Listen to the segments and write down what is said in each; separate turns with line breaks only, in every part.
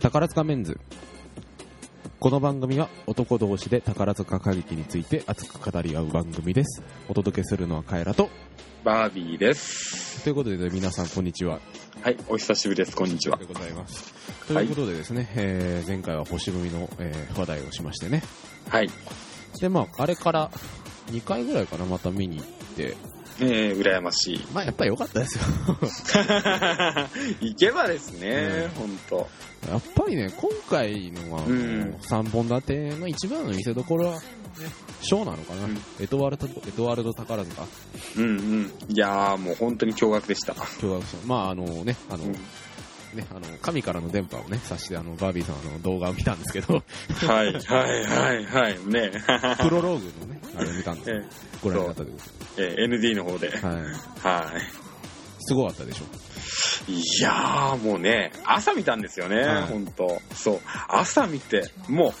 宝塚メンズこの番組は男同士で宝塚歌劇について熱く語り合う番組ですお届けするのはカエラと
バービーです。
ということで皆さんこんにちは
はい、お久しぶりです。こんにちは
で。ございますと
はいいう
ことでですね、えー前回は星組の、えー話題をしましてね
はい。
でまああれから2回ぐらいかなまた見に行って
えー、羨まし い。
まあやっぱり良かったですよ
いけばですね、ほんと。
やっぱりね今回のは、
うん
3本立ての一番の見せどころは、ね、ショーなのかな、
うん
エドワルドエドワルド宝塚
うんうん。いやー、もう本当に驚愕でした。
共学者まああのねあの、
うん
ねあの神からの電波をね察してあのバービーさんの動画を見たんですけど
はい、はい、はい、はい。 ね
プロローグのねあれを見たんです
え
よ
ー
ご覧になったというこ
えー ND の方で。
とではい
は
すごかったでしょ
い。いやー、もうね、朝見たんですよね、
はい
ほんと。そう。朝見て、も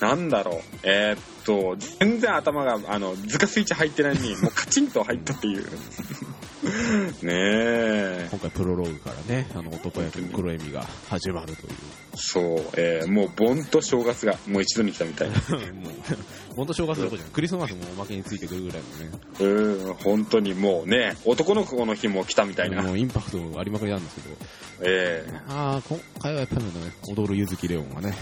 う、なんだろう。えーっと、全然頭が、あの、ズカスイッチ入ってないの に、もうカチンと入ったっていう。 ねえ。
今回プロローグからねあの男役の黒笑みが始まるとい
そう、えーもう盆と正月がもう一度に来たみたいな。
うもう本当正月どころじゃないクリスマスもおまけについてくるぐらいのね
うん、本当にもうね、男の子の日も来たみたいな
も。うインパクトありまくりなんですけど
え
ああ今回はやっぱりね踊る柚木レオンがね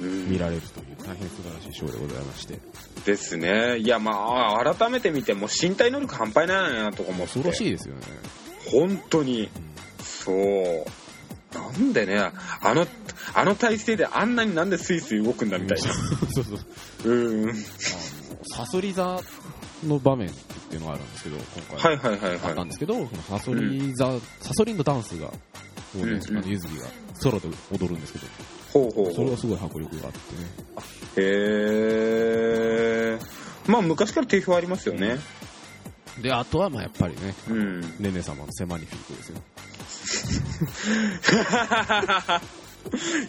ーうん
見られるという大変素晴らしいショーでございまして
ですね。いや、まあ、改めて見ても身体能力半端ないなとか思って。
恐ろしいですよね、
本当に。
うん
そう。なんでね、あの、あの体勢であんなになんでスイスイ動くんだみたいな。
そうそう
うん。はい
サソリ座の場面っていうのがあるんですけど、今
は
回
いはいはい
あったんですけど、そのサソリ座、サソリのダンスが、もうね、
うん
あのゆずきがソロで踊るんですけど、
ほうほう
そ
ほ
れ
う
が。すごい迫力があってね、
へえ。まあ、昔から定評ありますよね。
であとはまあやっぱりね、
うん。
ねね様の狭にフィークですよ、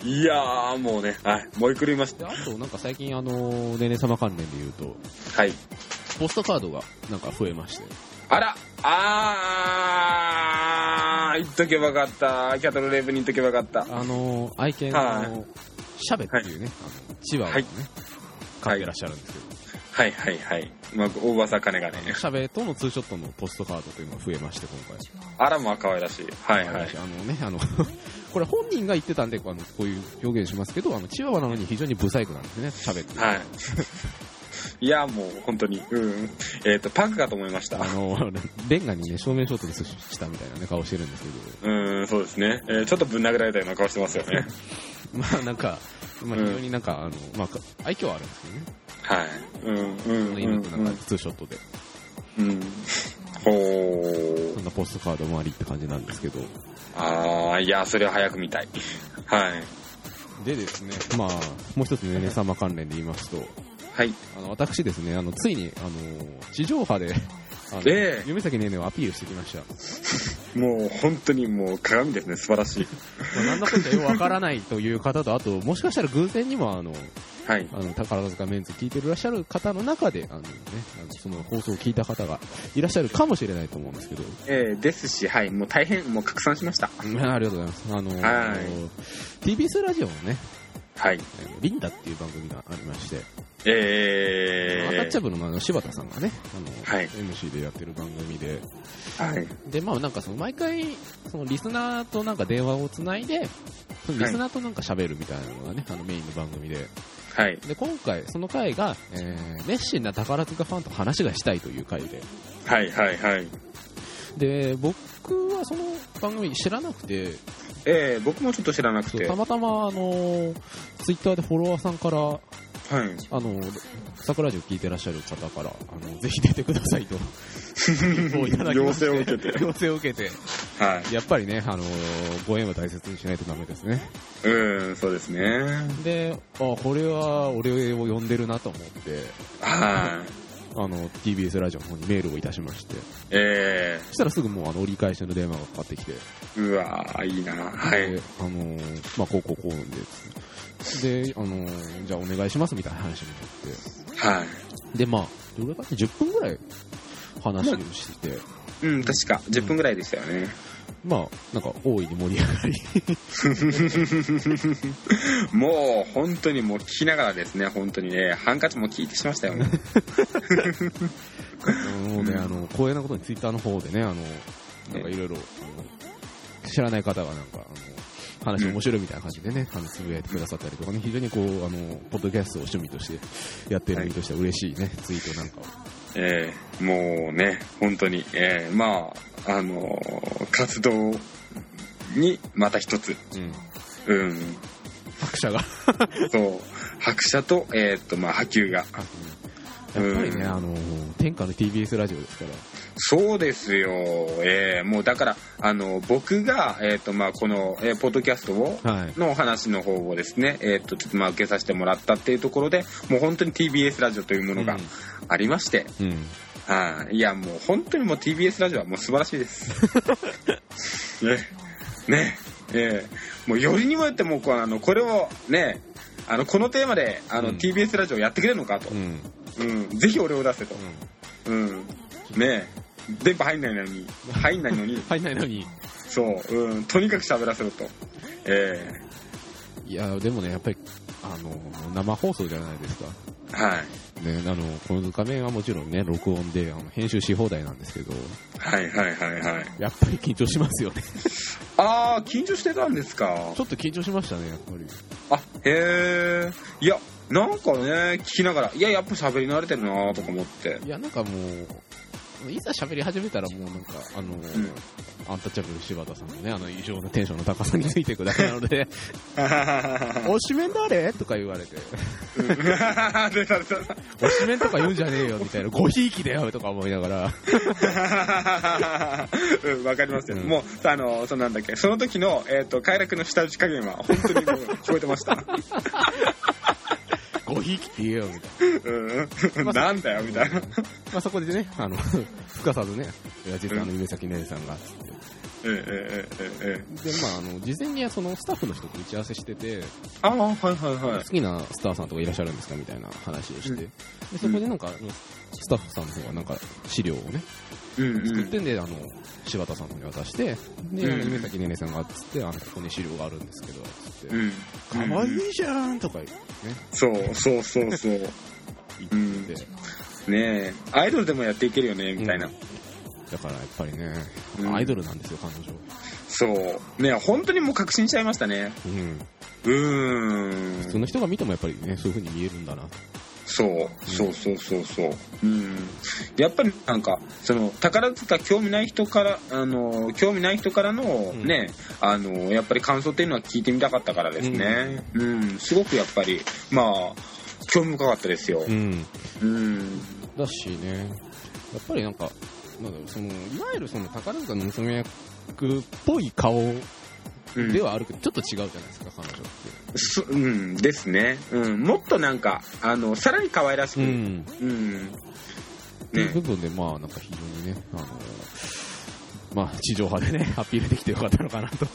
いやー、もうね、はい、燃え狂いまし
で
た。
あとなんか最近、あのねね様関連で言うと、
はい。
ポストカードがなんか増えまして、
あら、あー、言っとけばよかった。キャトルレイブに言っとけばよかった。
あの愛犬
はい
のシャベっていうね、あのチワワをね、飼ってらっしゃるんですけど、
はいはいはい。まあ、大噂金がね。
あのシャベとのツーショットのポストカードというのが増えまして、今回。
あら、まあ、可愛らしい。はいはい。
あのね、あの これ本人が言ってたんで、あのこういう表現しますけど、あのチワワなのに非常にブサイクなんですね、喋って。
はい。 いや、もう、本当に、うん。えっ、と、パンクかと思いました
あ。のレンガにね正面衝突したみたいな、ね、顔してるんですけ
うん、そうですね。えーちょっとぶん殴られたような顔してますよ ね。
ど、 まあなんか、まあ、
うん
非常になんか、あのまあ、か愛嬌はあるんですけどね、
はい。うん、
そ、
うん
の
う
犬
ん
となんかツーショットで、
うん。うん。ほー
そんなポストカードもありって感じなんですけど、
ああ、いや、それは早く見たい。はい。
でですね、まあ、もう一つねね様関連で言いますと、
はい。
あの私ですね、あのついにあの地上波で、あの
ええ
夢咲ねねをアピールしてきました。
もう、本当にもう、鏡ですね。素晴らしい。
まあなんだこっちゃよくわからないという方と、あと、もしかしたら偶然にも、あの、
はい。
あの宝塚メンツ聞いてらっしゃる方の中で、あのね、あのその放送を聞いた方がいらっしゃるかもしれないと思うんですけど、
えー、ですし、はい。もう大変、もう拡散しました。
うんありがとうございます。あの、
はい
TBS ラジオのね、
は
あ
い。
のリンダっていう番組がありまして、
えー。
アタッチャブルのあの柴田さんがね、あの、
はい
MC でやってる番組で、
はい。
で、まあなんかその毎回、そのリスナーとなんか電話をつないで、そのリスナーとなんか喋るみたいなのがね、あのメインの番組で、
はい。
で今回、その回が、えー熱心な宝塚ファンと話がしたいという回で
はい、はい、はい。
で僕はその番組知らなくて
えー、僕もちょっと知らなく
そう
て。
た
はい。
またま、あのツイッターでフォロワーさんから、あの桜ジオ聞いてらっしゃる方からあのぜひ出てください と要
要請を受けて
要請を受けて
は
やっぱりね、あのご縁は大切にしないとダメですね
い。うん、そうですね。
であこれは俺を呼んでるなと思って
はい。
あの TBS ラジオの方にメールをいたしまして
え
そしたらすぐもうあの折り返しの電話がかかってきて、
ー、うわー、いいなはい
で。あのーまあ、こうこうこうんで、で、あのーじゃあお願いしますみたいな話にな
は
って、で、まあ、どれかって10分ぐらい話をしてて、
い。うん、確か、10分ぐらいでしたよね。
まあ、なんか大いに盛り上がり。
もう本当にもう聞きながらですね、本当にね、ハンカチも聞いてしましたよね。
もうね、あの、光栄なことにツイッターの方でね、あの、なんかいろいろ、あの知らない方がなんか、あの、話面白いみたいな感じでね、あの、つぶやいてくださったりとかね、非常にこう、あの、ポッドキャストを趣味としてやってる身としては嬉しいね、ツイートなんかを。
えーもうね、本当に、えーまあ、あのー活動にまた一つ、
うん。
うん、
拍車が。
そう、拍車と、えーっと、まあ、波及が。
やっぱりね、
うん
あの、天下の TBS ラジオですから。
そうですよ、えーもうだから、あの、僕が、えーっと、まあ、この、えーポッドキャストを、
はい。
のお話の方をですね、えーっと、ちょっとまあ、受けさせてもらったっていうところで、もう本当に TBS ラジオというものがありまして、
うん。うん
はい。いや、もう本当にもう TBS ラジオはもう素晴らし いです。ね。ね。ええもうよりにもよってもうこうあの、これをね、あの、このテーマで、あの、
うん
TBS ラジオやってくれるのかと
う。ん。
うん。ぜひ俺を出せと。うん。ね電波入んないのに、入んないのに、
入んないのに。
そう、うん。とにかく喋らせろと。え
いや、でもね、やっぱり、あの、生放送じゃないですか。
えはい。
ね、あの、この画面はもちろんね、録音で、あの、編集し放題なんですけど、
はいはいはいはい。
やっぱり緊張しますよ ね。
あー、緊張してたんですか
ち。ょっと緊張しましたね、やっぱり。
あ、へえ。いや、なんかね、聞きながら、いや、やっぱ喋り慣れてるなとか思って。
いや、なんかもう、いざ喋り始めたらもうなんか、あの、
ん
アンタッチャブル柴田さんのね、あの、異常なテンションの高さについていくだけなの で、おしめんだれとか言われて、
出た出た。
おしめんとか言うんじゃねえよ、みたいな、ごひいきだよ、とか思いながら、
うんわかりますよ。
うん
もう、あの、そうなんだっけ、その時の、えっ、と、快楽の下打ち加減は、本当にもう聞こえて ました。
ごひいきって言えよ、みたいな。
うん。なんだよ、み たいな。
まあそこでね、あの、ふかさずね、いや、実はあの、梅崎姉さんが、つって。
ええええええ
で、まああの、事前にそのスタッフの人と打ち合わせしてて、
ああ、はいはい
好
は
きなスターさんとかいらっしゃるんですかみたいな話をして、で、そこでなんか、スタッフさんの方がなんか、資料をね、
い。うんう
作っ
ん。
てんで、あの、柴田さんの方に渡して、で、
うん
梅崎ねねさんが、つって、あの、ここに資料があるんですけど、つっ
う
て、
ん。
かわいいじゃんとか言
そう、そうそうそう。うん
っ。て、
ねえ、アイドルでもやっていけるよね、みたいな。
だからやっぱりね、
うん
アイドルなんですよ、彼女。
そう。ね本当にもう確信しちゃいましたね。
うん。
うーん。
普通の人が見てもやっぱりね、そういう風に見えるんだな。
そう、そうそうそうそう。うん。やっぱりなんか、その、宝塚興味ない人から、あの、興味ない人からの
ん
ね、あの、やっぱり感想っていうのは聞いてみたかったからですね。うん、すごくやっぱり、まあ、興味深かったですよ。
うん。
うん。
だしね、やっぱりなんか、なんだろうそのいわゆるその宝塚の娘役っぽい顔
うん、
ではあるけど、ちょっと違うじゃないですか、彼女って。
すうん、ですね。うん。もっとなんか、あの、さらに可愛らしく、うん。
っていう
ね
部。分で、まあ、なんか非常にね、あのまあ、地上波でね、 アピールできてよかったのかなと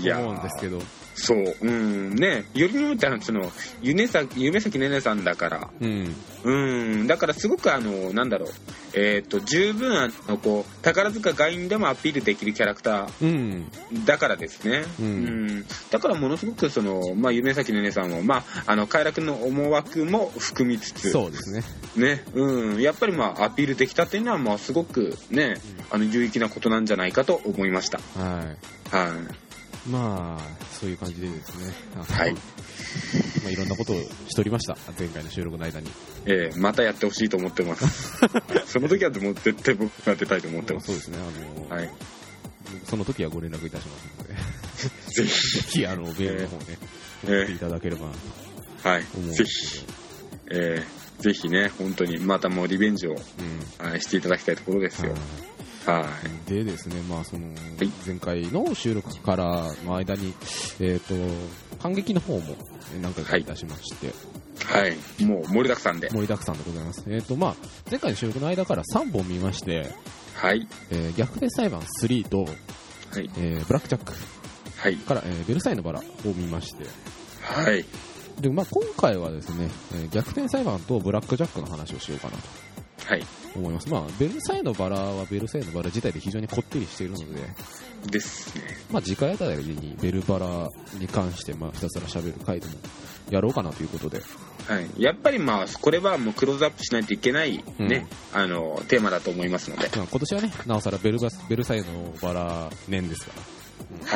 いやー
思うんですけど、
そう、うん、ね。よりによっては、その、ゆねさ、夢咲ねねさんだから、
うん、
うん、だからすごくあの、なんだろう、えっ、と、十分あの、こう、宝塚外にでもアピールできるキャラクタ
うん、
ーだからですね。
うん
だからものすごくその、まあ、夢咲ねねさんも、まあ、あの、快楽の思惑も含みつつ、
そうですね。
ね、うん、やっぱりまあ、アピールできたっていうのは、まあ、すごくね、あの、有意義なことなんじゃないかと思いました。
は
はい。
い。まあ、そういう感じでですね、あの
はい
まあ、いろんなことをしておりました、前回の収録の間に。
えーまたやってほしいと思ってます。 その時はもう絶対僕が出たいと思って
まあ
ま。
そうですすね、あの、
はい。
その時はご連絡いたしますので。
ぜひ、
ぜひ、あの、メールの方ね、
ええ
送っていただければなと
はい
思うん。で
ぜひ。
す
えーぜひね、本当にまたもうリベンジを
けど。うん。
はいしていただきたいところですよ
は。
はい
でですね、まあ、その
い、
前回の収録からの間に、えっ、と、感激の方もえ何回かいたしまして、
い。はい。もう盛りだくさんで。
盛りだくさんでございます。えっ、と、まあ、前回の収録の間から3本見まして、
はい。
えー逆転裁判3と、
はい。
えーブラックジャック
はい。
から、えーベルサイユのバラを見まして、
はい。
で、まあ、今回はですね、えー逆転裁判とブラックジャックの話をしようかなと。
はい。
思います。まあ、ベルサイユのバラはベルサイユのバラ自体で非常にこってりしているので、
ですね。
まあ、次回あたりにベルバラに関して、まあ、ひたすら喋る回でもやろうかなということで、
はい。やっぱりまあ、これはもうクローズアップしないといけないね、あの、テーマだと思いますので。
まあ今年はね、なおさらベルバベルサイユのバラ年ですか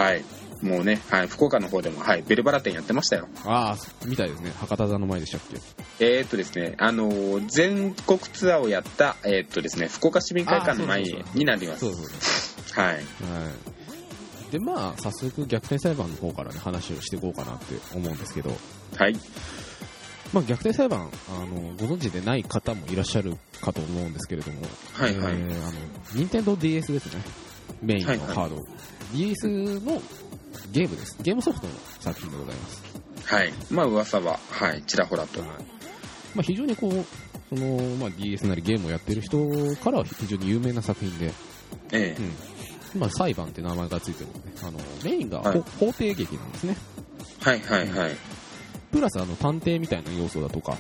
はい。もうね、はい、福岡の方でも、はい、ベルバラ店やってましたよ。
ら。ああ、みたいですね。博多座の前でしたっけ
えー、っとですね、あのー全国ツアーをやった、えーっとですね、福岡市民会館の前
あーそうそうそう
になります
そ。うそうそ
は
う。
い。
はい。で、まあ、早速逆転裁判の方からね、話をしていこうかなって思うんですけど、
はい。
まあ、逆転裁判、あの、ご存知でない方もいらっしゃるかと思うんですけれども、
はいはい
えーあの、任天堂 d s ですね。メインの
はいはい
カード。DS のゲームです。ゲームソフトの作品でございます。
はい。まあ、噂は、はい、ちらほらと。
まあ、非常にこう、その、まあ、DS なりゲームをやってる人からは非常に有名な作品で、
ええ
うん。まあ、裁判って名前がついてるので、あの、メインが、
はい
ほ法廷劇なんですね。
はいはいはい。
プラス、あの、探偵みたいな要素だとか、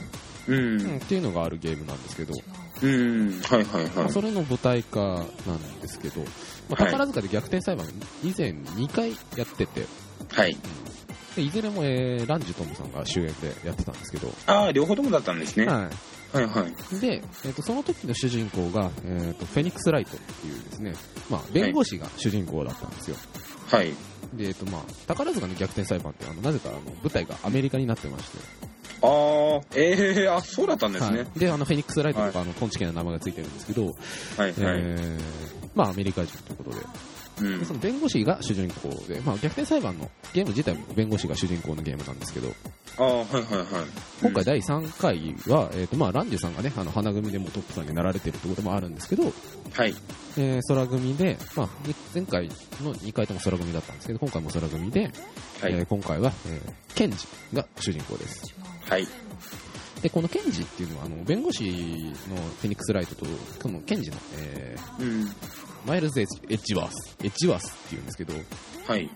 う
うん、っ
ん。
ていうのがあるゲームなんですけど、
うん。はいはい
ま
は
あそれの舞台化なんですけど、まあ
はい
宝塚で逆転裁判、以前2回やってて、
い。はい。
でいずれも、えー、ランジュトムさんが主演でやってたんですけど、
ああ、両方ともだったんですね。は
はい
はい。
い、で、えーとその時の主人公が、えーとフェニックス・ライトっていうですね、まあ、弁護士が主人公だったんですよ。
はい。
で、えーとまあ、宝塚の逆転裁判って、あのなぜかあの舞台がアメリカになってまして、
ああ、ええあ、そうだったんです
は
ね。
いであのフェニックス・ライトとか、あのトンチキな名前がついてるんですけど、
はいはい。
えーまあ、アメリカ人ということで、
うん
でその弁護士が主人公で、まあ、逆転裁判のゲーム自体も弁護士が主人公のゲームなんですけど、
ああ、はいはいはい。
今回第3回は、えーとまあ、ランジュさんがね、あの花組でもうトップさんになられてるってこともあるんですけど、
うん、はい。
えー空組で、まあ、に前回の2回とも空組だったんですけど、今回も空組で、
は
えー
い。
今回は、えーケンジが主人公です。
はい。
で、このケンジっていうのは、あの弁護士のフェニックス・ライトと、このケンジの、え
うん。
ーマイルズ・エッジワース、エッジワースっていうんですけど、
はい。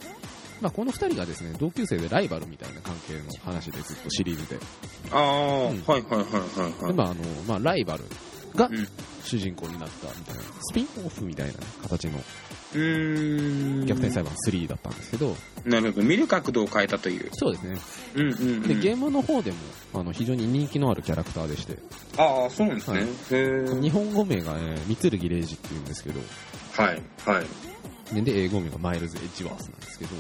まあ、この2人がですね同級生でライバルみたいな関係の話でずっとシリーズで
ああ、
うん
はいはいはいはいは
で、
い。
まああのまあ、ライバルが
うん
主人公になったみたいなスピンオフみたいな形の
うーん。
逆転裁判3だったんですけど、
なるほど。見る角度を変えたという。
そうですね
うんうん、うん。
でゲームの方でもあの非常に人気のあるキャラクターでして
ああ、そうなんですね。
はい
へ
日本語名が、ね、三剣レイジっていうんですけど
え。はい。はい。
でで英語名がマイルズ・エッジワースなんですけど、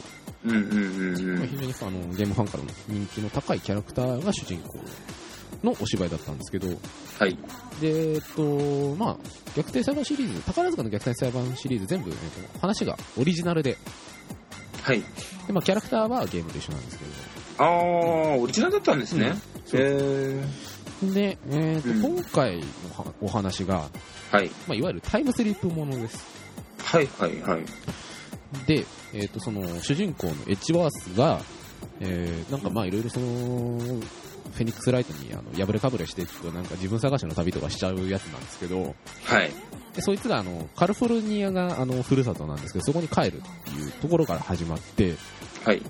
うんうんうんう
まあ、
ん。
非常にあのゲームファンからの人気の高いキャラクターが主人公のお芝居だったんですけど、
はい。
で、えっと、まあ、逆転裁判シリーズ、宝塚の逆転裁判シリーズ全部、えっと、話がオリジナルで、
はい。
で、まあ、キャラクターはゲームと一緒なんですけ
ああ、オリジナルだったんですね。
うん
へえ。
ど、で、えっと、
うん
今回のはお話が、
はい。
まあ、いわゆるタイムスリップものです。
はいはいはい。
で、えっと、その、主人公のエッジワースが、えー、なんかまあ、いろいろその、フェニックスライトにあの破れかぶれして、ちょっとなんか自分探しの旅とかしちゃうやつなんですけど、
はい。
でそいつがあのカリフォルニアがあのふるさとなんですけど、そこに帰るっていうところから始まって、
はい。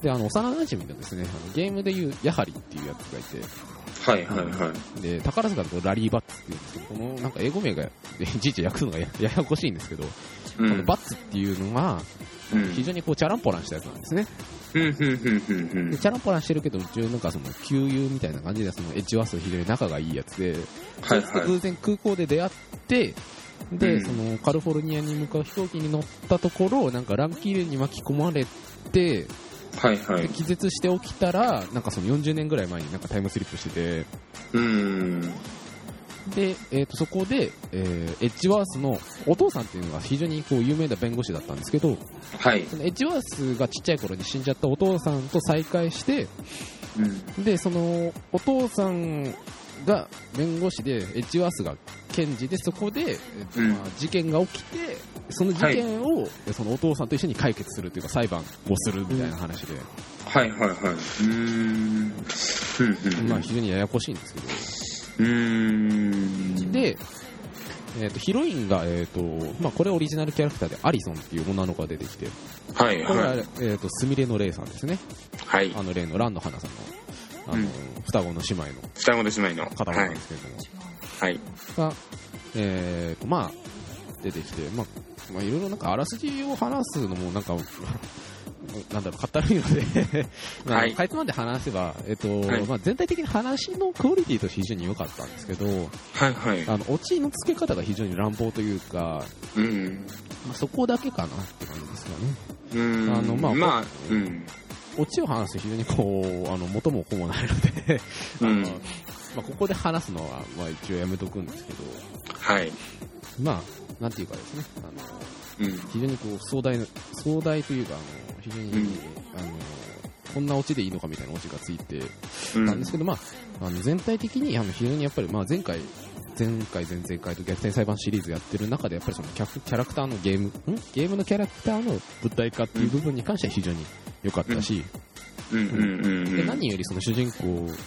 で、あの、幼馴染のですね、あのゲームでいう、やはりっていうやつがい
はいはいはい。
て、で、宝塚のことラリーバッツっていうんですけど、この、なんか英語名が、 いちいち訳すのがやややこしいんですけど、
う
このバッツっていうのが、
うん
非常にこう、チャランポランしたやつなんですね。
うんうんうんうんう
で、
ん。
チャランポランしてるけど、一応なんかその、旧友みたいな感じで、その、エッジワースと非常に仲がいいやつで、
はい
そいつと
はい。
偶然空港で出会って、で、
うん
その、カリフォルニアに向かう飛行機に乗ったところ、なんか乱気流に巻き込まれて、
はいはい
で。気絶して起きたら、なんかその40年ぐらい前になんかタイムスリップしてて、
うーん。
で、えー、とそこで、えーエッジワースのお父さんっていうのが非常にこう有名な弁護士だったんですけど、
はい。
そのエッジワースがちっちゃい頃に死んじゃったお父さんと再会して、
うん。
で、そのお父さんが弁護士で、エッジワースが検事で、そこで、えーと
うん
まあ、事件が起きて、その事件を、そのお父さんと一緒に解決するというか、裁判をするみたいな話で、
はいはいはい。うーん。うんうん。
まあ、非常にややこしいんですけど。
うーん。、
で、えー、とヒロインが、えーとまあ、これオリジナルキャラクターでアリソンっていう女の子が出てきて、
はい
これは
はい。、
えー、とスミレのレイさんですね、
はい。
あのレイの蘭の花さんのあの、
うん
双子の姉妹の
双子の姉妹の。
方
は
なん
い
で。すけれども、
はい。
が、えーとまあ、出てきて、まあ、まあ、いろいろなんかあらすじを話すのも、なんか、 なんだろう、かったるいので、 まあ
はい
かいつまんで話せば、えっ、と、
はい
まあ、全体的に話のクオリティとして非常に良かったんですけど、
はいはい。
あの、オチの付け方が非常に乱暴というか、
うん。
まあ、そこだけかなって感じですよね。
うん。
あのまあ
まあ、うん。
オチを話すと非常にこう、あの、元も子もないので、あ
う
の
ん
まあ、ここで話すのは、まあ、一応やめとくんですけど、
はい。
まあ、なんていうかですね、あの、
うん。
非常にこう壮大な、壮大というか、あの非常に、
うん
あの、こんなオチでいいのかみたいなオチがついて
うん
たんですけど、まあ、あの全体的にあの非常にやっぱり、まあ、前回、前回、前々回と逆転裁判シリーズやってる中で、やっぱりそのキャキャラクターのゲーム、んゲームのキャラクターの物体化っていう部分に関しては非常に良かったし、
うんうんうんう
で
ん。
何よりその主人公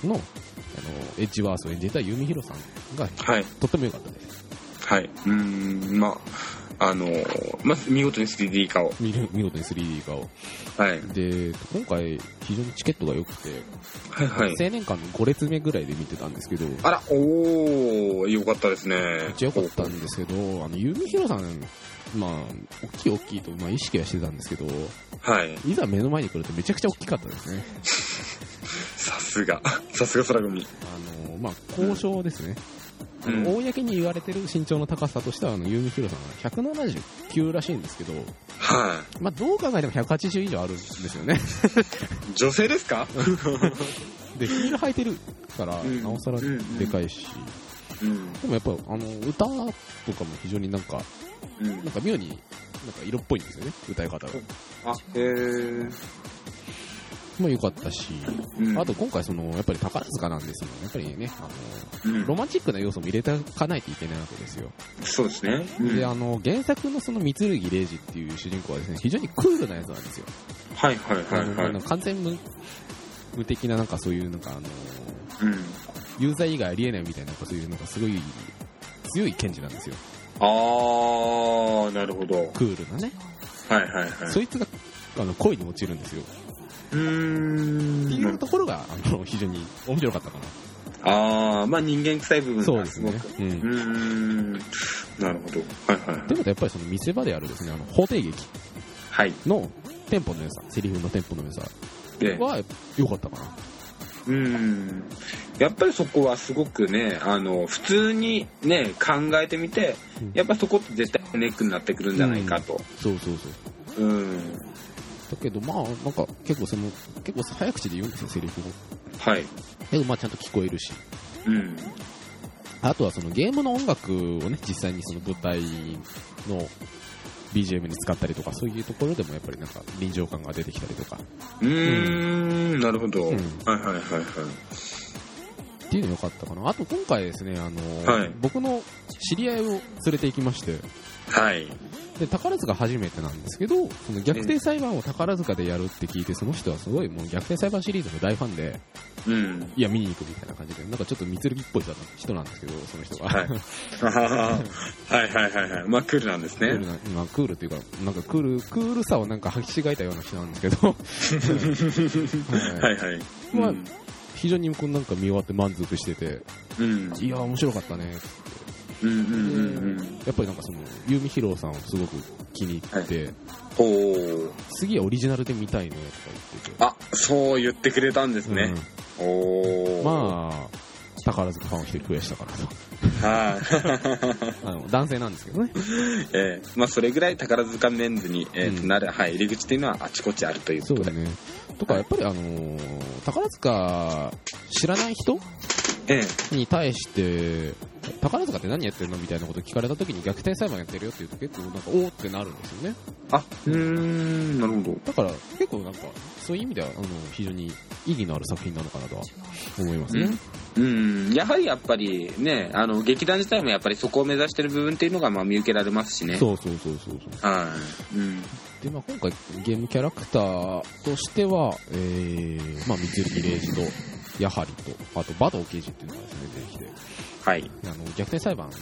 のあのエッジワースを演じたユミヒロさんが
はい。
とっても良かったです。
はい。うん。まあ、あのー、まあ、見事に 3D 化を。
見る見事に 3D 化を。
はい。
で、今回非常にチケットが良くて、
はいはい。
青年館の5列目ぐらいで見てたんですけど、
あら、おー、よかったですね。
強かったんですけど、あの、ユミヒロさん、まあ、大きい大きいと、まあ、意識はしてたんですけど、
はい。
いざ目の前に来るとめちゃくちゃ大きかったですね。
さすが。 さすが空組。
あの、まあ、交渉ですね。あ
うん
の、公に言われてる身長の高さとしては、あの、ユミヒロさんは179らしいんですけど、
は
まあ、どう考えても180以上あるんですよね。
い。女性です か
で、ヒール履いてるから、
うん
なおさらでかいし、
うん。
でもやっぱ、あの、歌とかも非常になんか、
うん
なん。か妙に、なんか色っぽいんですよね、歌い方が。
あ、へー。
も良かったし、
うん
あと、今回その、やっぱり宝塚なんですもんやっぱりね、あの、
うん
ロマンチックな要素も入れていかないといけないわけですよ。
そうですね。うん
で、あの、原作のその、三剣玲二っていう主人公はですね、非常にクールなやつなんですよ。
はいはいは
あ
い
の
は
あの
い。
完全無無敵ななんかそういうなんかあの、
うん。
有罪以外ありえないみたいな、なんかそういうなんかすごい強い剣士なんですよ。
あー、なるほど。はい
クールなね。
はいはい。
そいつが、あの、恋に落ちるんですよ。
う
って
ー。
いうんところが、あの、非常に面白かったかな。
あー、まあ人間臭い部分
そう
が
です
すご
ねう
く。。
ん
う。ーん。なるほど。はいはい
ということでやっぱりその見せ場であるですね、あの、法廷劇
はい。はい。
のテンポの良さ、セリフのテンポの良さ
で、
は良かったかな。
うん。やっぱりそこはすごくね、あの、普通にね、考えてみて
うん、
やっぱそこって絶対ネックになってくるんじゃないかと。
そうそうそう。
うん。
だけど、まあ、なんか結構その、結構早口で言うんですよ、セリフを。
はい。
でもまあちゃんと聞こえるし。
うん。
あとはそのゲームの音楽をね、実際にその舞台の BGM に使ったりとか、そういうところでもやっぱりなんか臨場感が出てきたりとか、
うーん、なるほ
う
ど。は
ん
いはいはいはい。
っていうの良かったかな。あと今回ですね、あの、
はい
僕の知り合いを連れて行きまして、
はい。
で宝塚初めてなんですけどその逆転裁判を宝塚でやるって聞いてその人はすごいもう逆転裁判シリーズの大ファンで
うん。
いや見に行くみたいな感じでなんかちょっと三剣っぽい人なんですけどその人が、
はい あはははいはいはいはい。まあ、クールなんです
クール
ね。
なまあクールっていうかなんかクールクールさをなんか履き違えたような人なんですけど、 はい
はいはい。
まあ
うん
非常にこうなんか見終わって満足してて
うん。
いや面白かったね
うんうんうんうん。
やっぱりなんかそのユーミヒロさんをすごく気に入って、
ほう。
次はオリジナルで見たいねとか言ってて
あ、そう言ってくれたんですね。おお。
まあ、宝塚ファンを一人増やしたからと。
あ。はい。
あの男性なんですけどね。
えーまあ、それぐらい宝塚メンズに、えー
うん
となる、はい、入り口っていうのはあちこちあるという こ
そ
と
う
で。
ね。とか、やっぱりあのー宝塚知らない人
え
に対して、宝塚って何やってるのみたいなこと聞かれた時に逆転裁判やってるよって言うと結構なんか、おーってなるんですよね。
ー、あ、うーん、なるほど。
だから結構なんか、そういう意味では、あの、非常に意義のある作品なのかなとは思いますね。
うん、やはりやっぱりね、あの、劇団自体もやっぱりそこを目指してる部分っていうのが、まあ、見受けられますしね。う。
そうそうそうそうそう。
はい。うん。
で、まあ今回ゲームキャラクターとしては、えー、まあ、三剣レイジと、やはりと、あと、バド刑事っていうのがですね、出てきて、
はい。
あの、逆転裁判の、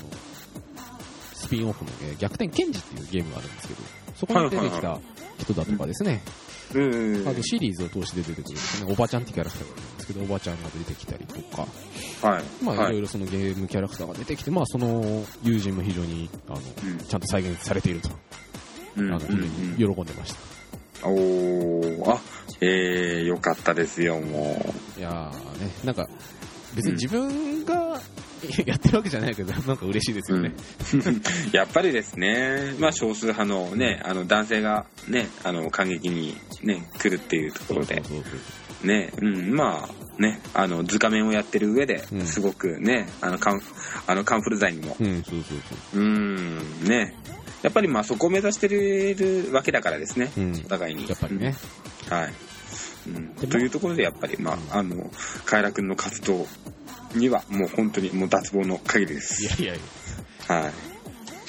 スピンオフの、えー逆転検事っていうゲームがあるんですけど、そこに出てきた人だとかですね、
うんうんうん
あとシリーズを通して出てくるんですね。おばちゃんってキャラクターがいるんですけど、おばちゃんが出てきたりとか、
はい。
まあ
はい
ろい
い。
ろそのゲームキャラクターが出てきて、まあその友人も非常に、あの、
うん
ちゃんと再現されていると、
うん
あの、
うん
非常に喜んでました。
うん、おー、あ、えー、よかったですよ、も
いやーね、なんか、別に自分が やってるわけじゃないけど、なんか嬉しいですよね。
う。やっぱりですね、まあ少数派のね、あの男性がね、あの、感激にね、来るっていうところで、
そうそうそう
ね、うん、まあ、ね、あの、図仮面をやってる上で
うん
すごくね、あの、カン、あの、カンフル剤にも、
うん、そうそうそう
ーん、ね、やっぱりまあそこを目指してるわけだからですね、
う。うん。
お互いに。
やっぱりね。
はい。うん、
でも
というところでやっぱり、まあ、あの、カエラ君の活動にはもう本当にもう脱帽の限りで
い
す。
やいやいや。
はい。
っ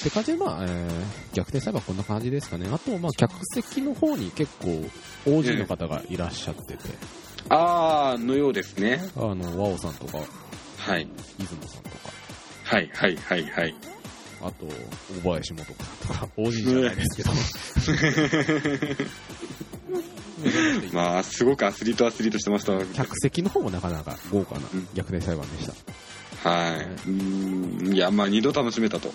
て感じで、まあ、えー、逆転裁判はこんな感じですかね。あと、まあ、客席の方に結構、OG の方がいらっしゃってて、
あー、のようですね。
あの、和尾さんとか、
はい。
出雲さんとか、
はい、はい、はい、はい。
あと、小林元子さんとか、OG じゃないですけど。
まあ、すごくアスリートアスリートしてました。はい。
客席の方もなかなか豪華な
うん
逆転裁判でした。
うーん。いや、まあ、二度楽しめたと。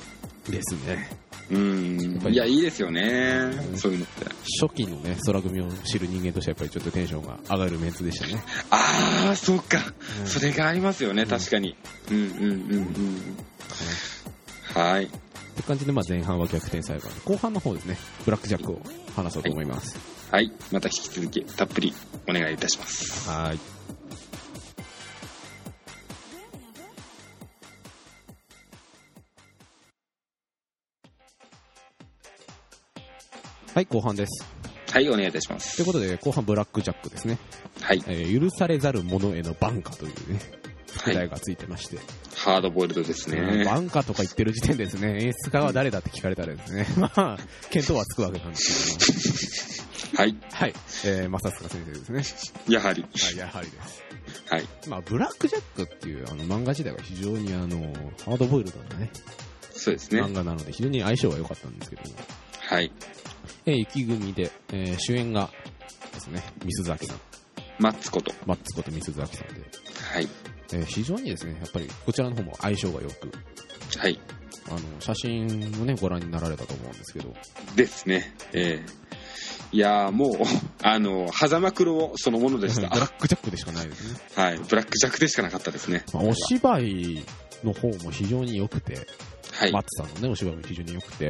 ですね。
う
やっ
ー
ぱ
ん。
り
いや、いいですよね
う。ん
そういうのって。
初期のね、空組を知る人間としてはやっぱりちょっとテンションが上がるメンツでしたね。
あー、そうか。それがありますよね、
ん
確かに。うん、うん、うん、うん。はい。
って感じで、まあ、前半は逆転裁判、後半の方ですね、ブラックジャックを話そうと思います。
はい。また引き続き、たっぷりお願いいたします。
はーい。はい、後半です。
はい、お願いいたします。
ということで、後半ブラックジャックですね。
はい。
えー許されざる者へのバンカというね、
は
副題
い。
がついてまして、
ハードボイルドですね。
バンカとか言ってる時点でですね、演出家は誰だって聞かれたらですね、まあ、見当はつくわけなんですけども、
はい。
はい、えー、正塚先生ですね。
やはり。
はい、やはりです。
はい。
まあ、ブラックジャックっていうあの漫画自体は非常にあの、ハードボイルドなね、
そうですね。
漫画なので非常に相性が良かったんですけど、
はい。
えー、雪組で、えー主演がですね、ミスザキさん、
マッツこと。
マッツことミスザキさんで、
はい。
えー非常にですね、やっぱりこちらの方も相性が良く、
はい。
あの、写真をね、ご覧になられたと思うんですけど、
ですね。ええいやーもう、 あの、狭間黒そのものでした
ブ。ラックジャックでしかないですね。
はい。ブラックジャックでしかなかったですね。
まあ、お芝居の方も非常に良くて、
はい。
マッ
は
ツさんのね、お芝居も非常に良くて、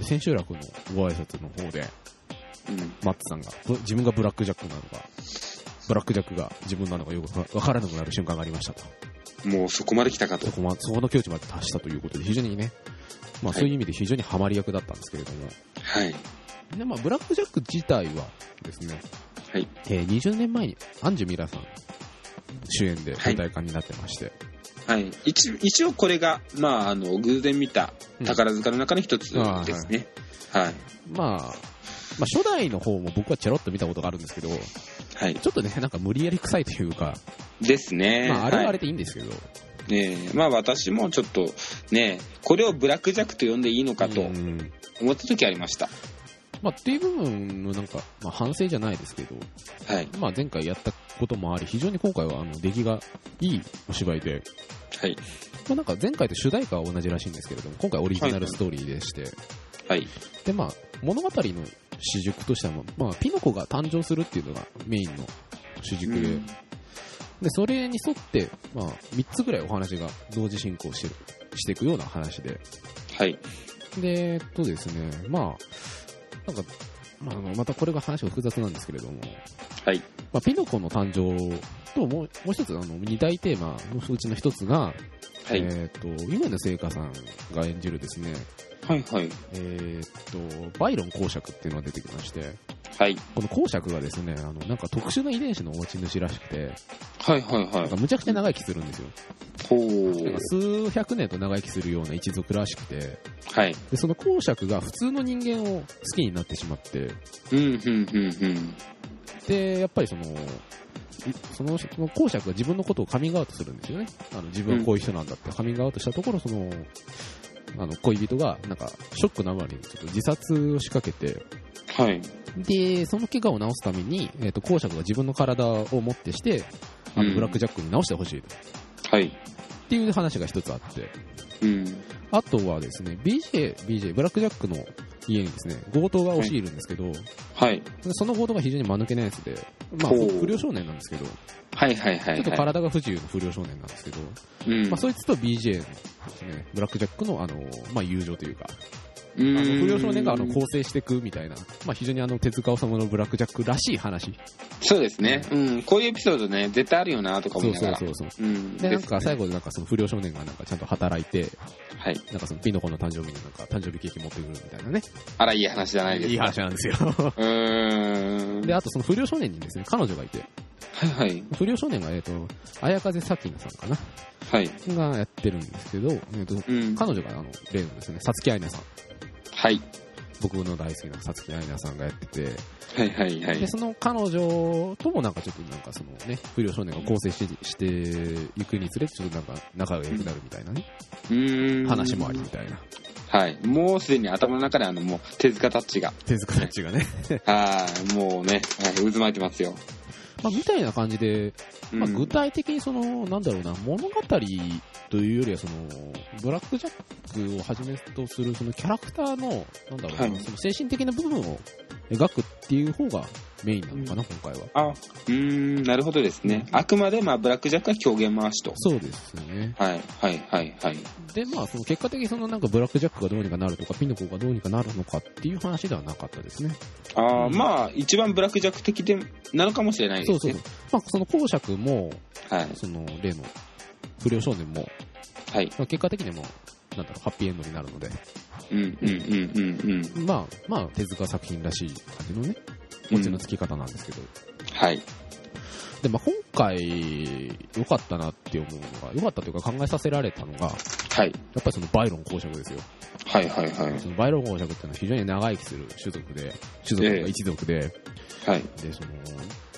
い。
千秋楽のご挨拶の方で、
うん。
マッツさんが、ぶ自分がブラックジャックなのか、ブラックジャックが自分なのかよくわからなくなる瞬間がありましたと。
もうそこまで来たかと
そ。こま、そこの境地まで達したということで、非常にね、まあ
はい
そういう意味で非常にハマり役だったんですけれども、
はい。
でまあブラックジャック自体はですね、
はい。
えー20年前にアンジュミラさん主演で舞台化になってまして、
はい。一一応これが、まあ、あの、偶然見た宝塚の中の一つですね。はい。
まあ、まあ初代の方も僕はチェロッと見たことがあるんですけど、ち
はい。
ょっとね、なんか無理やり臭いというか、
ですね。
まああれはあれ
い
でいいんですけど、
ねえまあ私もちょっとね、これをブラックジャックと呼んでいいのかと
うん
思った時ありました。
まあっていう部分のなんか、まあ反省じゃないですけど、
はい。
まあ、前回やったこともあり、非常に今回はあの出来がいいお芝居で、
はい。
まあ、なんか前回と主題歌は同じらしいんですけれども、今回オリジナルストーリーでして、
はい。
でまあ、物語の主軸としては、まあ、ピノコが誕生するっていうのがメインの主軸で、
うん
でそれに沿って、まあ、3つぐらいお話が同時進行してるしていくような話で、
はい。
で、えっとですね、まあ、なんか、まああの、またこれが話が複雑なんですけれども、
はい。
まあ、ピノコの誕生ともうもう一つあの二大テーマのうちの一つが、
はい。
えー、と夢の聖華さんが演じるですね、
はい。はい。
えー、とバイロン公爵っていうのが出てきまして
はい。
この公爵がですねあのなんか特殊な遺伝子の持ち主らしくて
はい。はい。は
なんか
い。
むちゃくちゃ長生きするんですよ
ほ
なん
う
か。数百年と長生きするような一族らしくて
はい。
でその公爵が普通の人間を好きになってしまって
うん、うん、うん、うん。
でやっぱりそのいそのその公爵が自分のことをカミングアウトするんですよねあの自分はこういう人なんだってカミングアウトしたところそのあの恋人がなんかショックなあまりにちょっと自殺を仕掛けて
はい。
で、その怪我を治すために、えっ、と、公爵が自分の体をもってして、あ
うん
の、ブラックジャックに治してほしいと。
はい。
っていう話が一つあって。
うん。
あとはですね、BJ、BJ、ブラックジャックの家にですね、強盗が押し入るんですけど、
はい。
その強盗が非常に間抜けなやつで、まあ、
ほう
不良少年なんですけど、ち
はいはいはい、はい。
ょっと体が不自由な不良少年なんですけど、
うん。
まあ、そいつと BJ のですね、ブラックジャックの、あの、まあ、友情というか、
う
あの
ん
不良少年があの構成していくみたいな、まあ、非常にあの手塚治虫のブラックジャックらしい話。
そうですね。うん。こういうエピソードね、絶対あるよな、とか
そ
思いうな
そ
が
う
ら。
そうそう。
うん。
で、なんか
ですね
最後でなんかその不良少年がなんかちゃんと働いて、
はい。
なんかそのピノコの誕生日になんか誕生日ケーキ持ってくるみたいなね。
あら、いい話じゃないですか。
いい話なんです よ。
うーん。
で、あとその不良少年にですね、彼女がいて、
はいはい。
不良少年が、えっ、と、綾風咲菜さんかな
はい。
がやってるんですけど、えっ、と、
うん。
彼女があの、例のですね、さつきあいなさん。
はい。
僕の大好きなさつきあいなさんがやってて、
はいはいは
で、
い。
その彼女ともなんかちょっとなんかそのね、不良少年が構成して、していくにつれて、ちょっとなんか仲が良くなるみたいなね、
うーん。
話もありみたいな。
はい。もうすでに頭の中であの、もう、手塚タッチが。
手塚たちがね。
はい。もうね、はい、渦巻いてますよ。
まあ、みたいな感じで、
うん
まあ、具体的にその、なんだろうな、物語というよりは、その、ブラックジャックをはじめとする、そのキャラクターの、なんだろうな、
はい
その精神的な部分を描くっていう方がメインなのかな、今回は。
あ、うーん、なるほどですね。あくまで、まあ、ブラックジャックは狂言回しと。
そうですね。
はい、はい、はい、はい。
で、まあ、その結果的にそのなんかブラックジャックがどうにかなるとか、ピノコがどうにかなるのかっていう話ではなかったですね。
ああ、
うん
まあ、一番ブラックジャック的で、なのかもしれない
そ
で
う
す
そう
ね。
そう。まあ、その公爵も、
はい、
その、例の、不良少年も、
はい。
まあ、結果的にも、なんだろう、ハッピーエンドになるので、
うん、うん、うん、うん、うん。
まあ、まあ、手塚作品らしい感じのね、
うん
オチのつき方なんですけど。
はい。
で、まあ、今回、良かったなって思うのが、良かったというか考えさせられたのが、や
はい、
っぱりそのバイロン公爵ですよ。
はい、はい、はい。
そのバイロン公爵っていうのは非常に長生きする種族で、種族
え
が
え
一族で、
はい。
で、その、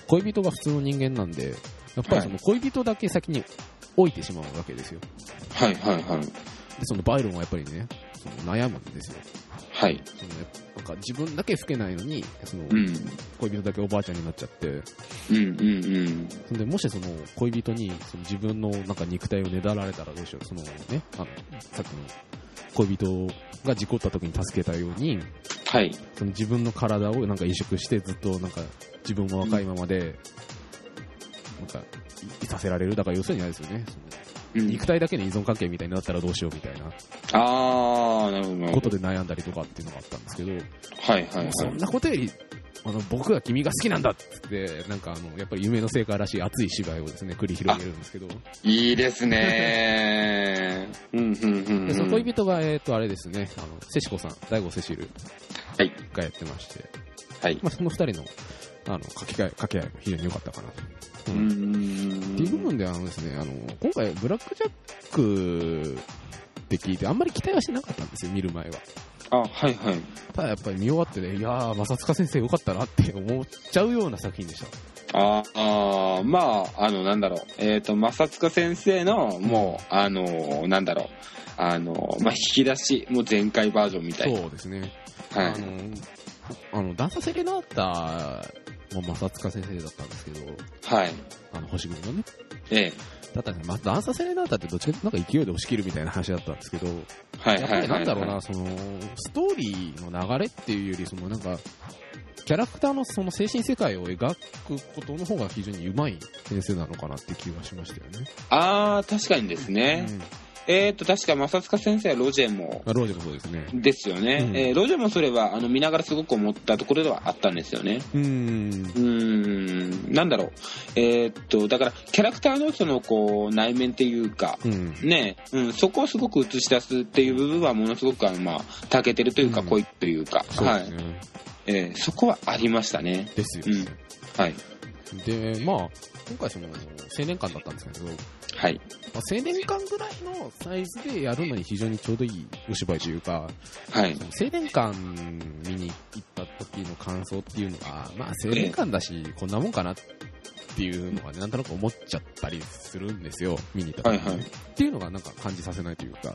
恋人が普通の人間なんで、やっぱりその恋人だけ先に置いてしまうわけですよ。
はい、はい、はい。
で、そのバイロンはやっぱりね、その悩むんですよ。
はい。
そのやっぱなんか自分だけ老けないのに、その
うん、
恋人だけおばあちゃんになっちゃって、
うん、うん、うん。
そんでもしその恋人にその自分のなんか肉体をねだられたらどうしようそのねあのさっきの恋人が事故った時に助けたように
はい。
その自分の体をなんか移植してずっとなんか自分も若いままで、なんかいいさせられるだから要するにあれですよねその
うん
肉体だけの依存関係みたいになったらどうしようみたいな
ああ、なるほどなる
こ
ほ
と
ど。
で悩んだりとかっていうのがあったんですけど、
はい、はい、は
もう
い。
そんなことよりあの僕は君が好きなんだっつってなんかあのやっぱり夢の成果らしい熱い芝居をですね繰り広げるんですけど。
いいです ねー。うん、うん、うん。
でその
うん
恋人が、えっ、と、あれですね、あの、セシコさん、大悟セシル
はい、
がやってまして、
はい。
まあ、その二人の、あの、掛け合い、掛け合いも非常に良かったかなと。
う
うんっていう部
ん。
分ではあのですね、あの、今回、ブラックジャックって聞いて、あんまり期待はしてなかったんですよ、見る前は。
あ、はい、はい。
ただやっぱり見終わってね、いやー、正塚先生良かったなって思っちゃうような作品でした。
ああー、まあ、あの、なんだろう。えっ、と、正塚先生の、もう、あの、なんだろう。あの、まあ、引き出し、もう前回バージョンみたいな。
そうですね。
は
あ
い。
の、あの、ダンサーセレナータも正塚先生だったんですけど、
はい。
あの、星組のね、
ええ。
だったね、まあ、ダンサーセレナータってどっちかというとなんか勢いで押し切るみたいな話だったんですけど、
はい、
やっ
はい。
ぱ
は
り
い
なんだろ うな、その、ストーリーの流れっていうより、そのなんか、キャラクターのその精神世界を描くことの方が非常にうまい先生なのかなって気がしましたよね。
ああ、確かにですね。
うん
えっ、と、確か正塚先生はロジェも、
まあ、ロージェもそうですね。
ですよね。
うん
えーロジェもそれは、あの、見ながらすごく思ったところではあったんですよね。
うん
う。ーん、なんだろう。えっ、と、だから、キャラクターのその、こう、内面っていうか、
うん。
ねうん、そこをすごく映し出すっていう部分はものすごくあの、まあ、たけてるというか、
うん
濃いというか、
そう
は
です
い
ね。
えーそこはありましたね。
ですよ
うん
ね。
はい。
で、まあ、今回その、青年館だったんですけど、ま
はい。
あ、青年館ぐらいのサイズでやるのに非常にちょうどいいお芝居というか、
はい。
青年館見に行った時の感想っていうのが、まあ青年館だし、こんなもんかなっていうのがね、なんとなく思っちゃったりするんですよ、見に行った時に
はいはい
っていうのがなんか感じさせないというか、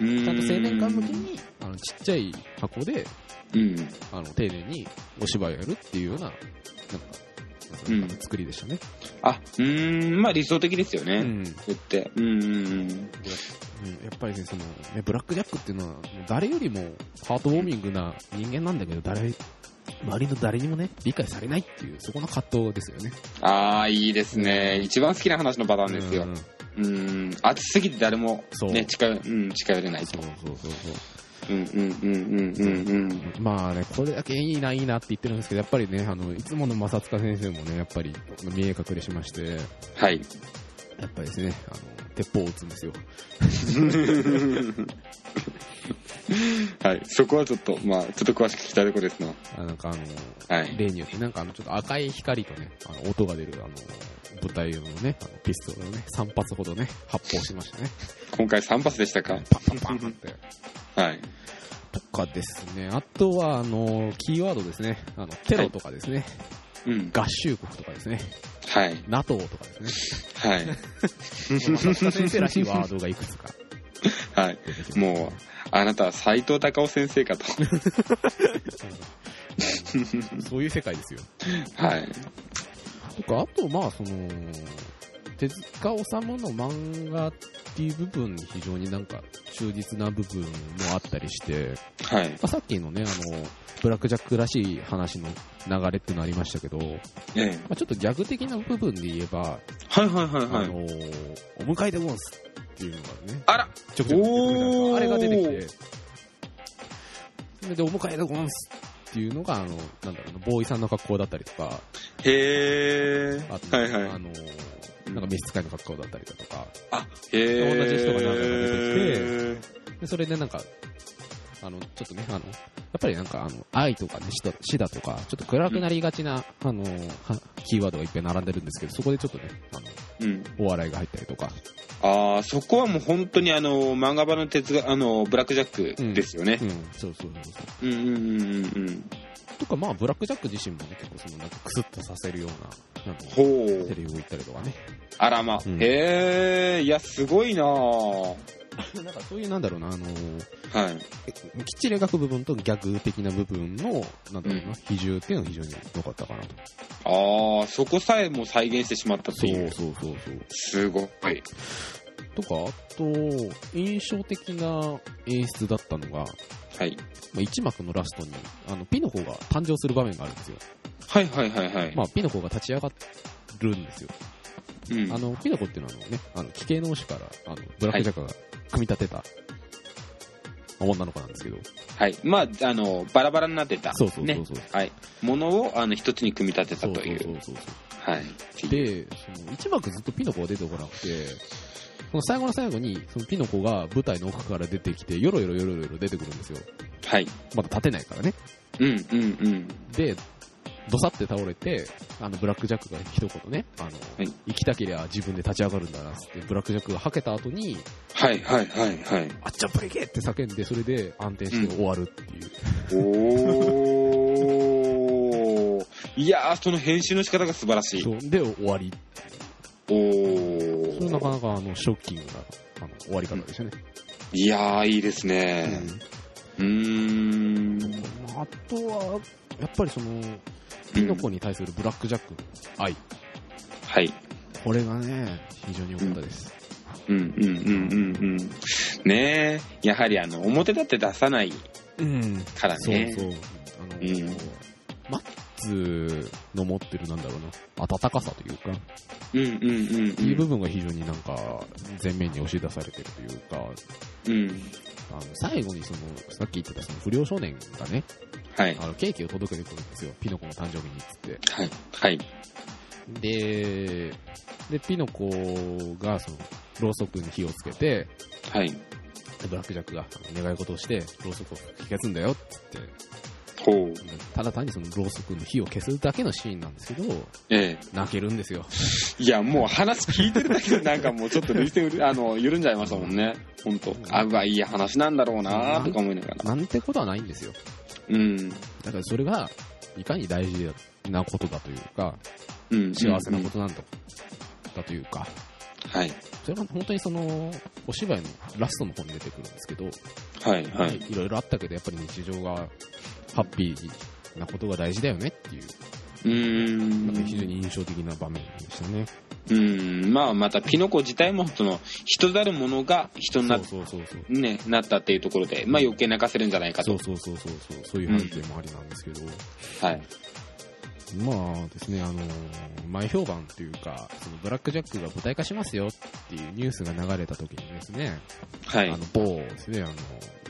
うー
ちゃんと青年館向けに、あの、ちっちゃい箱で、
うん。
あの、丁寧にお芝居をやるっていうような、なんか、なんか作りでしたね。
あ、うーん、まあ理想的ですよ
う
ね。
ん
それって。うんうんうん。
うんやっぱりね、その、ねブラックジャックっていうのは、誰よりもハートウォーミングな人間なんだけど、誰、周りの誰にもね、理解されないっていう、そこの葛藤ですよね。
ああ、いいですね。一番好きな話のパターンですよ。
うん
うん。熱すぎて誰も
そう
ね、近寄、うん、近寄れない
そう
と。
そうそうそう。
うんうんうんうんうんうん。
まあね、これだけいいな、いいなって言ってるんですけど、やっぱりね、あの、いつもの正塚先生もね、やっぱり、見え隠れしまして、
はい。
やっぱりですね、あの、鉄砲を撃つんですよ。
はい。そこはちょっと、まあ、ちょっと詳しく聞きたいところですな。
あなんかあの、
はい。
例によって、なんかあの、ちょっと赤い光とね、あの、音が出る、あの、舞台用のね、あのピストルをね、3発ほどね、発砲しましたね。
今回3発でした
パ
か
ンパンパンって。
はい。
とかですね、あとは、あの、キーワードですね、あの、テロとかですね、
うん。
合衆国とかですね、
はい。
NATO とかです
はい。
ね、正塚先生らしいワードがいくつか
はい。
出てきますね
もう、あなたは斎藤隆夫先生かと。
そういう世界ですよ。
はい。
とか、あと、まあ、その、手塚治虫の漫画っていう部分に非常になんか忠実な部分もあったりして、
はい。
まあ、さっきのね、あの、ブラックジャックらしい話の流れっていうのありましたけど、ま
ええ。
あ、ちょっとギャグ的な部分で言えば、
はいはいはいは
あの
い。、
お迎えでゴンスっていうのがね、
あら
ちょくちょく出てくるじゃないです
おー
かあれが出てきて、それでお迎えでゴンスっていうのが、あの、なんだろうな、ボーイさんの格好だったりとか、
へえ。
あと、
はいはい
あ。のー、なんか召使いの格好だったりだとか、
あ、へえ。
同じ人が何回か出て
きて。
でそれでなんか、あの、ちょっとね、あの、やっぱりなんか、あの、愛とかね、死だ死だとか、ちょっと暗くなりがちな、あのー、はキーワードがいっぱい並んでるんですけど、そこでちょっとね、あの、
うん。
お笑いが入ったりとか、
ああ、そこはもう本当にあの、漫画版の哲学、あの、ブラックジャックですよね
う。ん、そうそうそうそう。
うんうんうんうんうん。
とか、まあ、ブラックジャック自身もね、結構その、なんか、クスッとさせるような、なんか、セ
ほう。
リフを言ったりとかね。
あらま。
うん
へえ、いや、すごいなぁ。
なんか、そういう、なんだろうな、あのー、
はい。
えきっちり描く部分とギャグ的な部分の、なんだろう
うん
な、比重っていうのが非常に良かったかなと。
ああ、そこさえも再現してしまったっていう。
そうそうそう。
すごい。
とか、あと、印象的な演出だったのが、ま
はい。
あ、一幕のラストに、あの、ピノコが誕生する場面があるんですよ。
はいはいはいはい。
まあ、ピノコが立ち上がるんですよ。
うん
あの、ピノコっていうのはあのね、あの、奇形の士から、あの、ブラックジャックが組み立てた、女の子なんですけど。
はい。まあ、あの、バラバラになってた。
そうそうそう
ね。
そう。
はい。ものを、あの、一つに組み立てた
そう
と
そう
い。
そううそう。
はい。
で、その、一幕ずっとピノコが出てこなくて、その最後の最後に、そのピノコが舞台の奥から出てきて、よろよろよろよろ出てくるんですよ。
はい。
まだ立てないからね。
うんうんうん。
で、どさって倒れて、あの、ブラックジャックが一言ね、あの、
い
生きたけりゃ自分で立ち上がるんだな、つって、ブラックジャックが吐けた後に、
はいはいはいはい。
あっちゃプリケって叫んで、それで暗転して終わるっていう。
おー。いやー、その編集の仕方が素晴らしい。
そうで、終わり。
お
それなか
ー。
なか、あの、ショッキングな、あの、終わり方でしたね。
いやー、いいです
うん
ね。うーん。
まああとは、やっぱりその、ピノコに対するブラックジャックの愛。
はい。
これがね、非常に良かったです。
うんうんうんうんうん。ねえ、やはりあの、表立って出さない
うん。
から
そう
ね。
そう。あの、
うん
マッツの持ってる、なんだろうな、温かさというか、
うんうんうん
っていう部分が非常になんか、前面に押し出されてるというか、
うん。うん。
あの、最後にその、さっき言ってたその不良少年がね、
はい。
あの、ケーキを届けてくるんですよ。ピノコの誕生日にっつって。
はい。はい。
で、で、ピノコが、その、ろうそくに火をつけて、
はい。
でブラックジャックがあの願い事をして、ろうそくを吹き消すんだよっつって、
ほう。
ただ単にそのろうそくの火を消すだけのシーンなんですけど、
ええ。
泣けるんですよ。
いや、もう話聞いてるだけでなんかもうちょっと類線うる、 あの、緩んじゃいましたもんね。ほんと。あ、うわ、いい話なんだろうなとか思いながら。
なんてことはないんですよ。
うん。
だからそれが、いかに大事なことだというか、
うん。
幸せな
うん
ことなんだ,、だというか、
はい。
それが本当にその、お芝居のラストの方に出てくるんですけど、
はい。はい。
いろいろあったけど、やっぱり日常がハッピーなことが大事だよねっていう、
うーん。
なんか非常に印象的な場面でしたね。
うん。まあ、また、ピノコ自体も、その、人だるものが人になっ
そうそうそうそう。
ね、なったっていうところで、まあ余計泣かせるんじゃないか
そ
と
う。そうそうそうそう、そういう背景もありなんですけど、
はい。
まあですね、あの前評判というか、そのブラックジャックが舞台化しますよっていうニュースが流れた時にですね、
は
あ
い
の。某ですね、あの、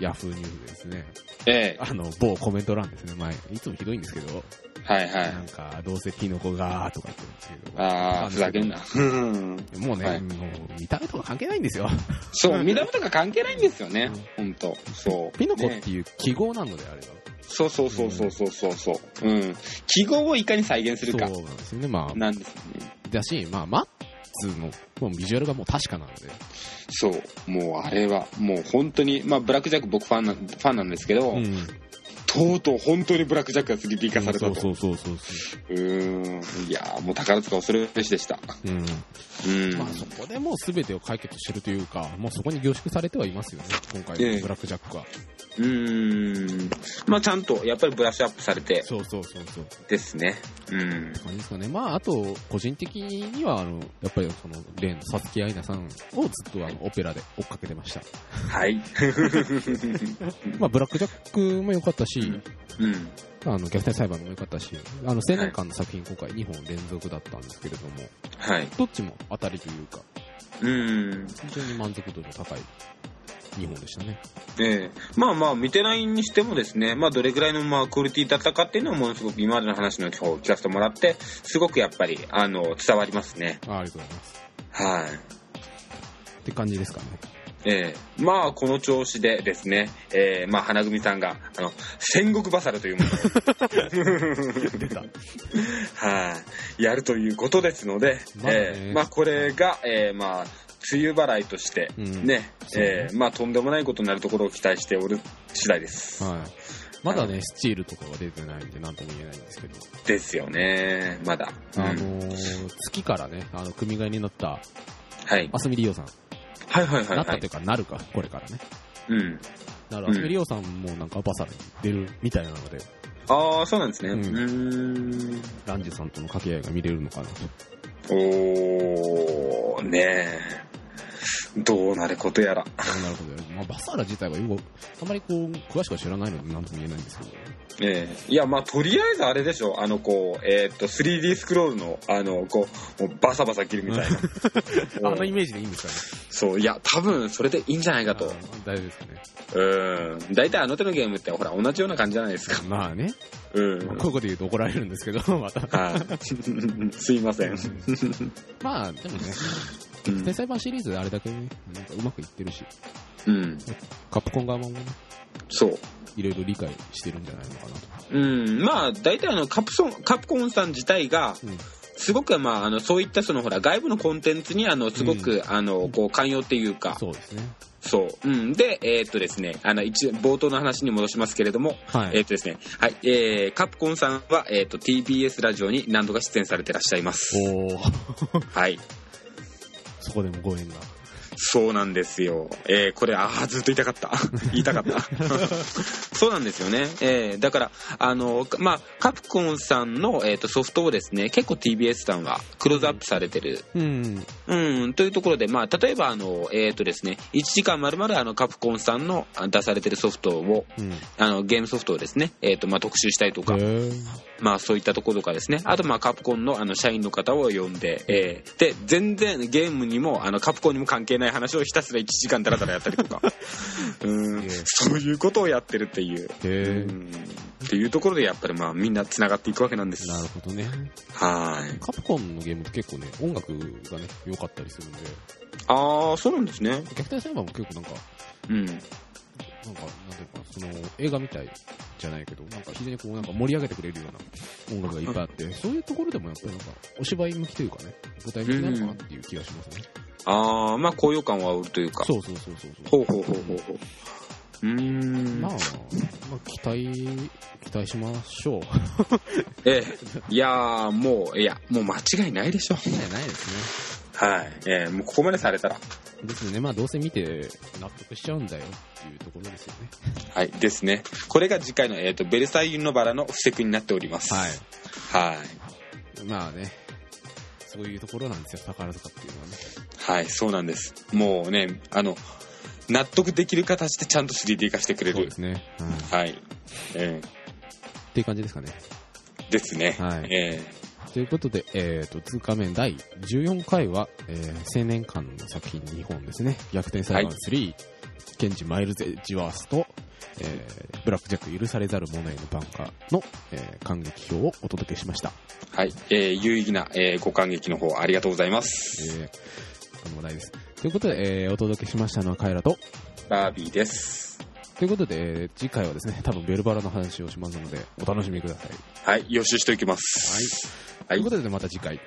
ヤフーニュースでですね、
ええ。
あの、某コメント欄ですね、前、いつもひどいんですけど、
はいはい
な。んか、どうせキノコがーとか言ってるんですけど、
ああ、ふざけんな。うん。
もうね、
はい
もう見た目とか関係ないんですよ。
そう、見た目とか関係ないんですよね。ほんと。そう。
ピノコっ
ね
ていう記号なのであれば、
そうそうそうそうそうそうそう。うん。記号をいかに再現する
そう
か。
なんですよね。まあ、
なんですよね。
だし、まあ、マッツの、もうビジュアルがもう確かなので、
そう。もうあれは、もう本当に、まあ、ブラックジャック僕ファンな、ファンなんですけど、
うん
とうとう本当にブラックジャックが 3D 化されたと。う
そうそうそうそう
ーん。いやーもう宝塚恐るべしでした。
そう。うん。
うん。
まあ、そこでもう全てを解決してるというか、もうそこに凝縮されてはいますよね、今回
ええ
のブラックジャックは。
うーん。まあ、ちゃんと、やっぱりブラッシュアップされて
そうそうそうそう。
ですね。うん。
感じですかね。まあ、あと、個人的には、あの、やっぱりその、例のサツキアイナさんをずっとあの、オペラで追っかけてました。
はい。
まあ、ブラックジャックも良かったし、
うん。
あの、虐待裁判も良かったし、あの、青年間の作品今回2本連続だったんですけれども、
はい。
どっちも当たりというか、
うん。
非常に満足度の高い2本でしたね。
ええまあまあ、見てないにしてもですね、まあ、どれぐらいの、まあ、クオリティだったかっていうのは、ものすごく今までの話の方を聞かせてもらって、すごくやっぱり、あの、伝わりますね。
あありがとうございます。
はい。
って感じですかね。
ええまあ、この調子でですね、ええまあ、花組さんが、あの、戦国バサルというものを、
出た。
はい、やるということですので、
まあね
ええまあ、これが、ええまあ、梅雨払いとして、
うん
ね、
そうね
ええまあ、とんでもないことになるところを期待しておる次第です。
はい。まだね、スチールとかは出てないんで、なんとも言えないんですけど、
ですよね、まだ。
あ
うん
のー、月からね、あの、組替えになった、
はい
あ。すみりおさん、
はいはいは
な
い、
っ
は
た
い
とい。うか、なるか、これからね。
うん。
なる、
うん
あすみりおさんもなんか、バサルに出るみたいなので、
ああ、そうなんですね。う
うん
ーん。
ランジェさんとの掛け合いが見れるのかな と。
おー、ねえ。どうなることやら。
なるほど。まあ、バサラ自体はよく、あんまりこう、詳しくは知らないので、なんとも言えないんですけど、
ええいや、まあ、とりあえずあれでしょ。あの、こう、えーっと、3D スクロールの、あの、こう、もうバサバサ切るみた いな。
あのイ
うん
メージでいいんです
そう、いや、多分、それでいいんじゃないか
かね。
と。
あ大丈夫ですかね。
うん。大体あの手のゲームって、ほら、同じような感じじゃないですか。
まあね、
うん
まあ。こういうこと言うと怒られるんですけど、 また。
はい。すいません。
まあ、でもね、
う
天
ん。
才版シリーズであれだけね、なんかうまくいってるし、
うん。
カプコン側もね、
そう。
いろいろ理解してるんじゃないのかなと。
うん、まあ大体あのカプソンカプコンさん自体が
うん
すごく、まあ、あのそういったそのほら外部のコンテンツにあのすごく、あのこう寛容っていうか
そうですね。
そう、うん、で、えーっとですね、あの一冒頭の話に戻しますけれども、
は
えーっとですねはいえーカプコンさんは、えーっと TBS ラジオに何度か出演されてらっしゃいます。
おー
はい
そこでもご縁が。
そうなんですよ。えーこれ、ああ、ずっと言いたかった。 言いたかった。そうなんですよね。えーだから、あの、かまあ、カプコンさんの、えー、とソフトをですね、結構 TBS さんはクローズアップされてる。
うん。
うん、というところで、まあ、例えば、あの、えっ、とですね、1時間丸々あの、カプコンさんのあ出されてるソフトを、
うん。へ
あの、ゲームソフトをですね、えっ、と、まあ、特集したりとか、
ー
まあそういったところとかですね、あとまあカプコンのあの社員の方を呼んで、えーで、全然ゲームにもあのカプコンにも関係ない話をひたすら1時間ダラダラやったり とか、うん
すげえ
そういうことをやってるってい
へ
う、う
ー
んっていうところでやっぱりまあみんな繋がっていくわけなんです。
なるほどね。
はーい。
カプコンのゲームって結構ね、音楽がね、良かったりするんで、
ああ、そうなんですね。
虐待裁判も結構なんか、
うん。
なんか、なんていうか、その、映画みたいじゃないけど、なんか非常にこう、なんか盛り上げてくれるような音楽がいっぱいあって、そういうところでもやっぱりなんか、お芝居向きというかね、舞台向きなのかなっていう気がしますね。
ああ、まあ高揚感を煽るというか。
そうそうそうそうそう。
ほうほうほうほうほう。うーん。
まあ、まあ、期待、期待しましょう。
ええ。いやー、もう、いや、もう間違いないでしょ。
間違いないですね。
はい。えーもうここまでされたら。
ですね。まあ、どうせ見て納得しちゃうんだよっていうところですよね。
はい。ですね。これが次回の、えっ、と、ベルサイユのバラの布石になっております。。
はい
はい。
まあね、そういうところなんですよ、宝塚っていうのはね。
はい、そうなんです。もうね、あの、納得できる形でちゃんと 3D 化してくれ
そうで
る。
すね。はい、っ
はい。え
ていう感じですかね。
ーですね。
はい
え
ということで、えっ、と、通過面第14回は、えー青年間の作品2本ですね。逆転裁判3、ケンジ・マイルズ・エッジワースと、えーブラック・ジャック許されざる者へのバンカーの、えー感激表をお届けしました。
ーはい。えー有意義な、えーご感激の方、ありがとうございます。
えー、とんでもないです。ということで、えーお届けしましたのはカエラと、
バービーです。
ということで、えー次回はですね、多分ベルバラの話をしますので、お楽しみください。
はい、予習しておきます。
と
はい
いう。ことで、また次回。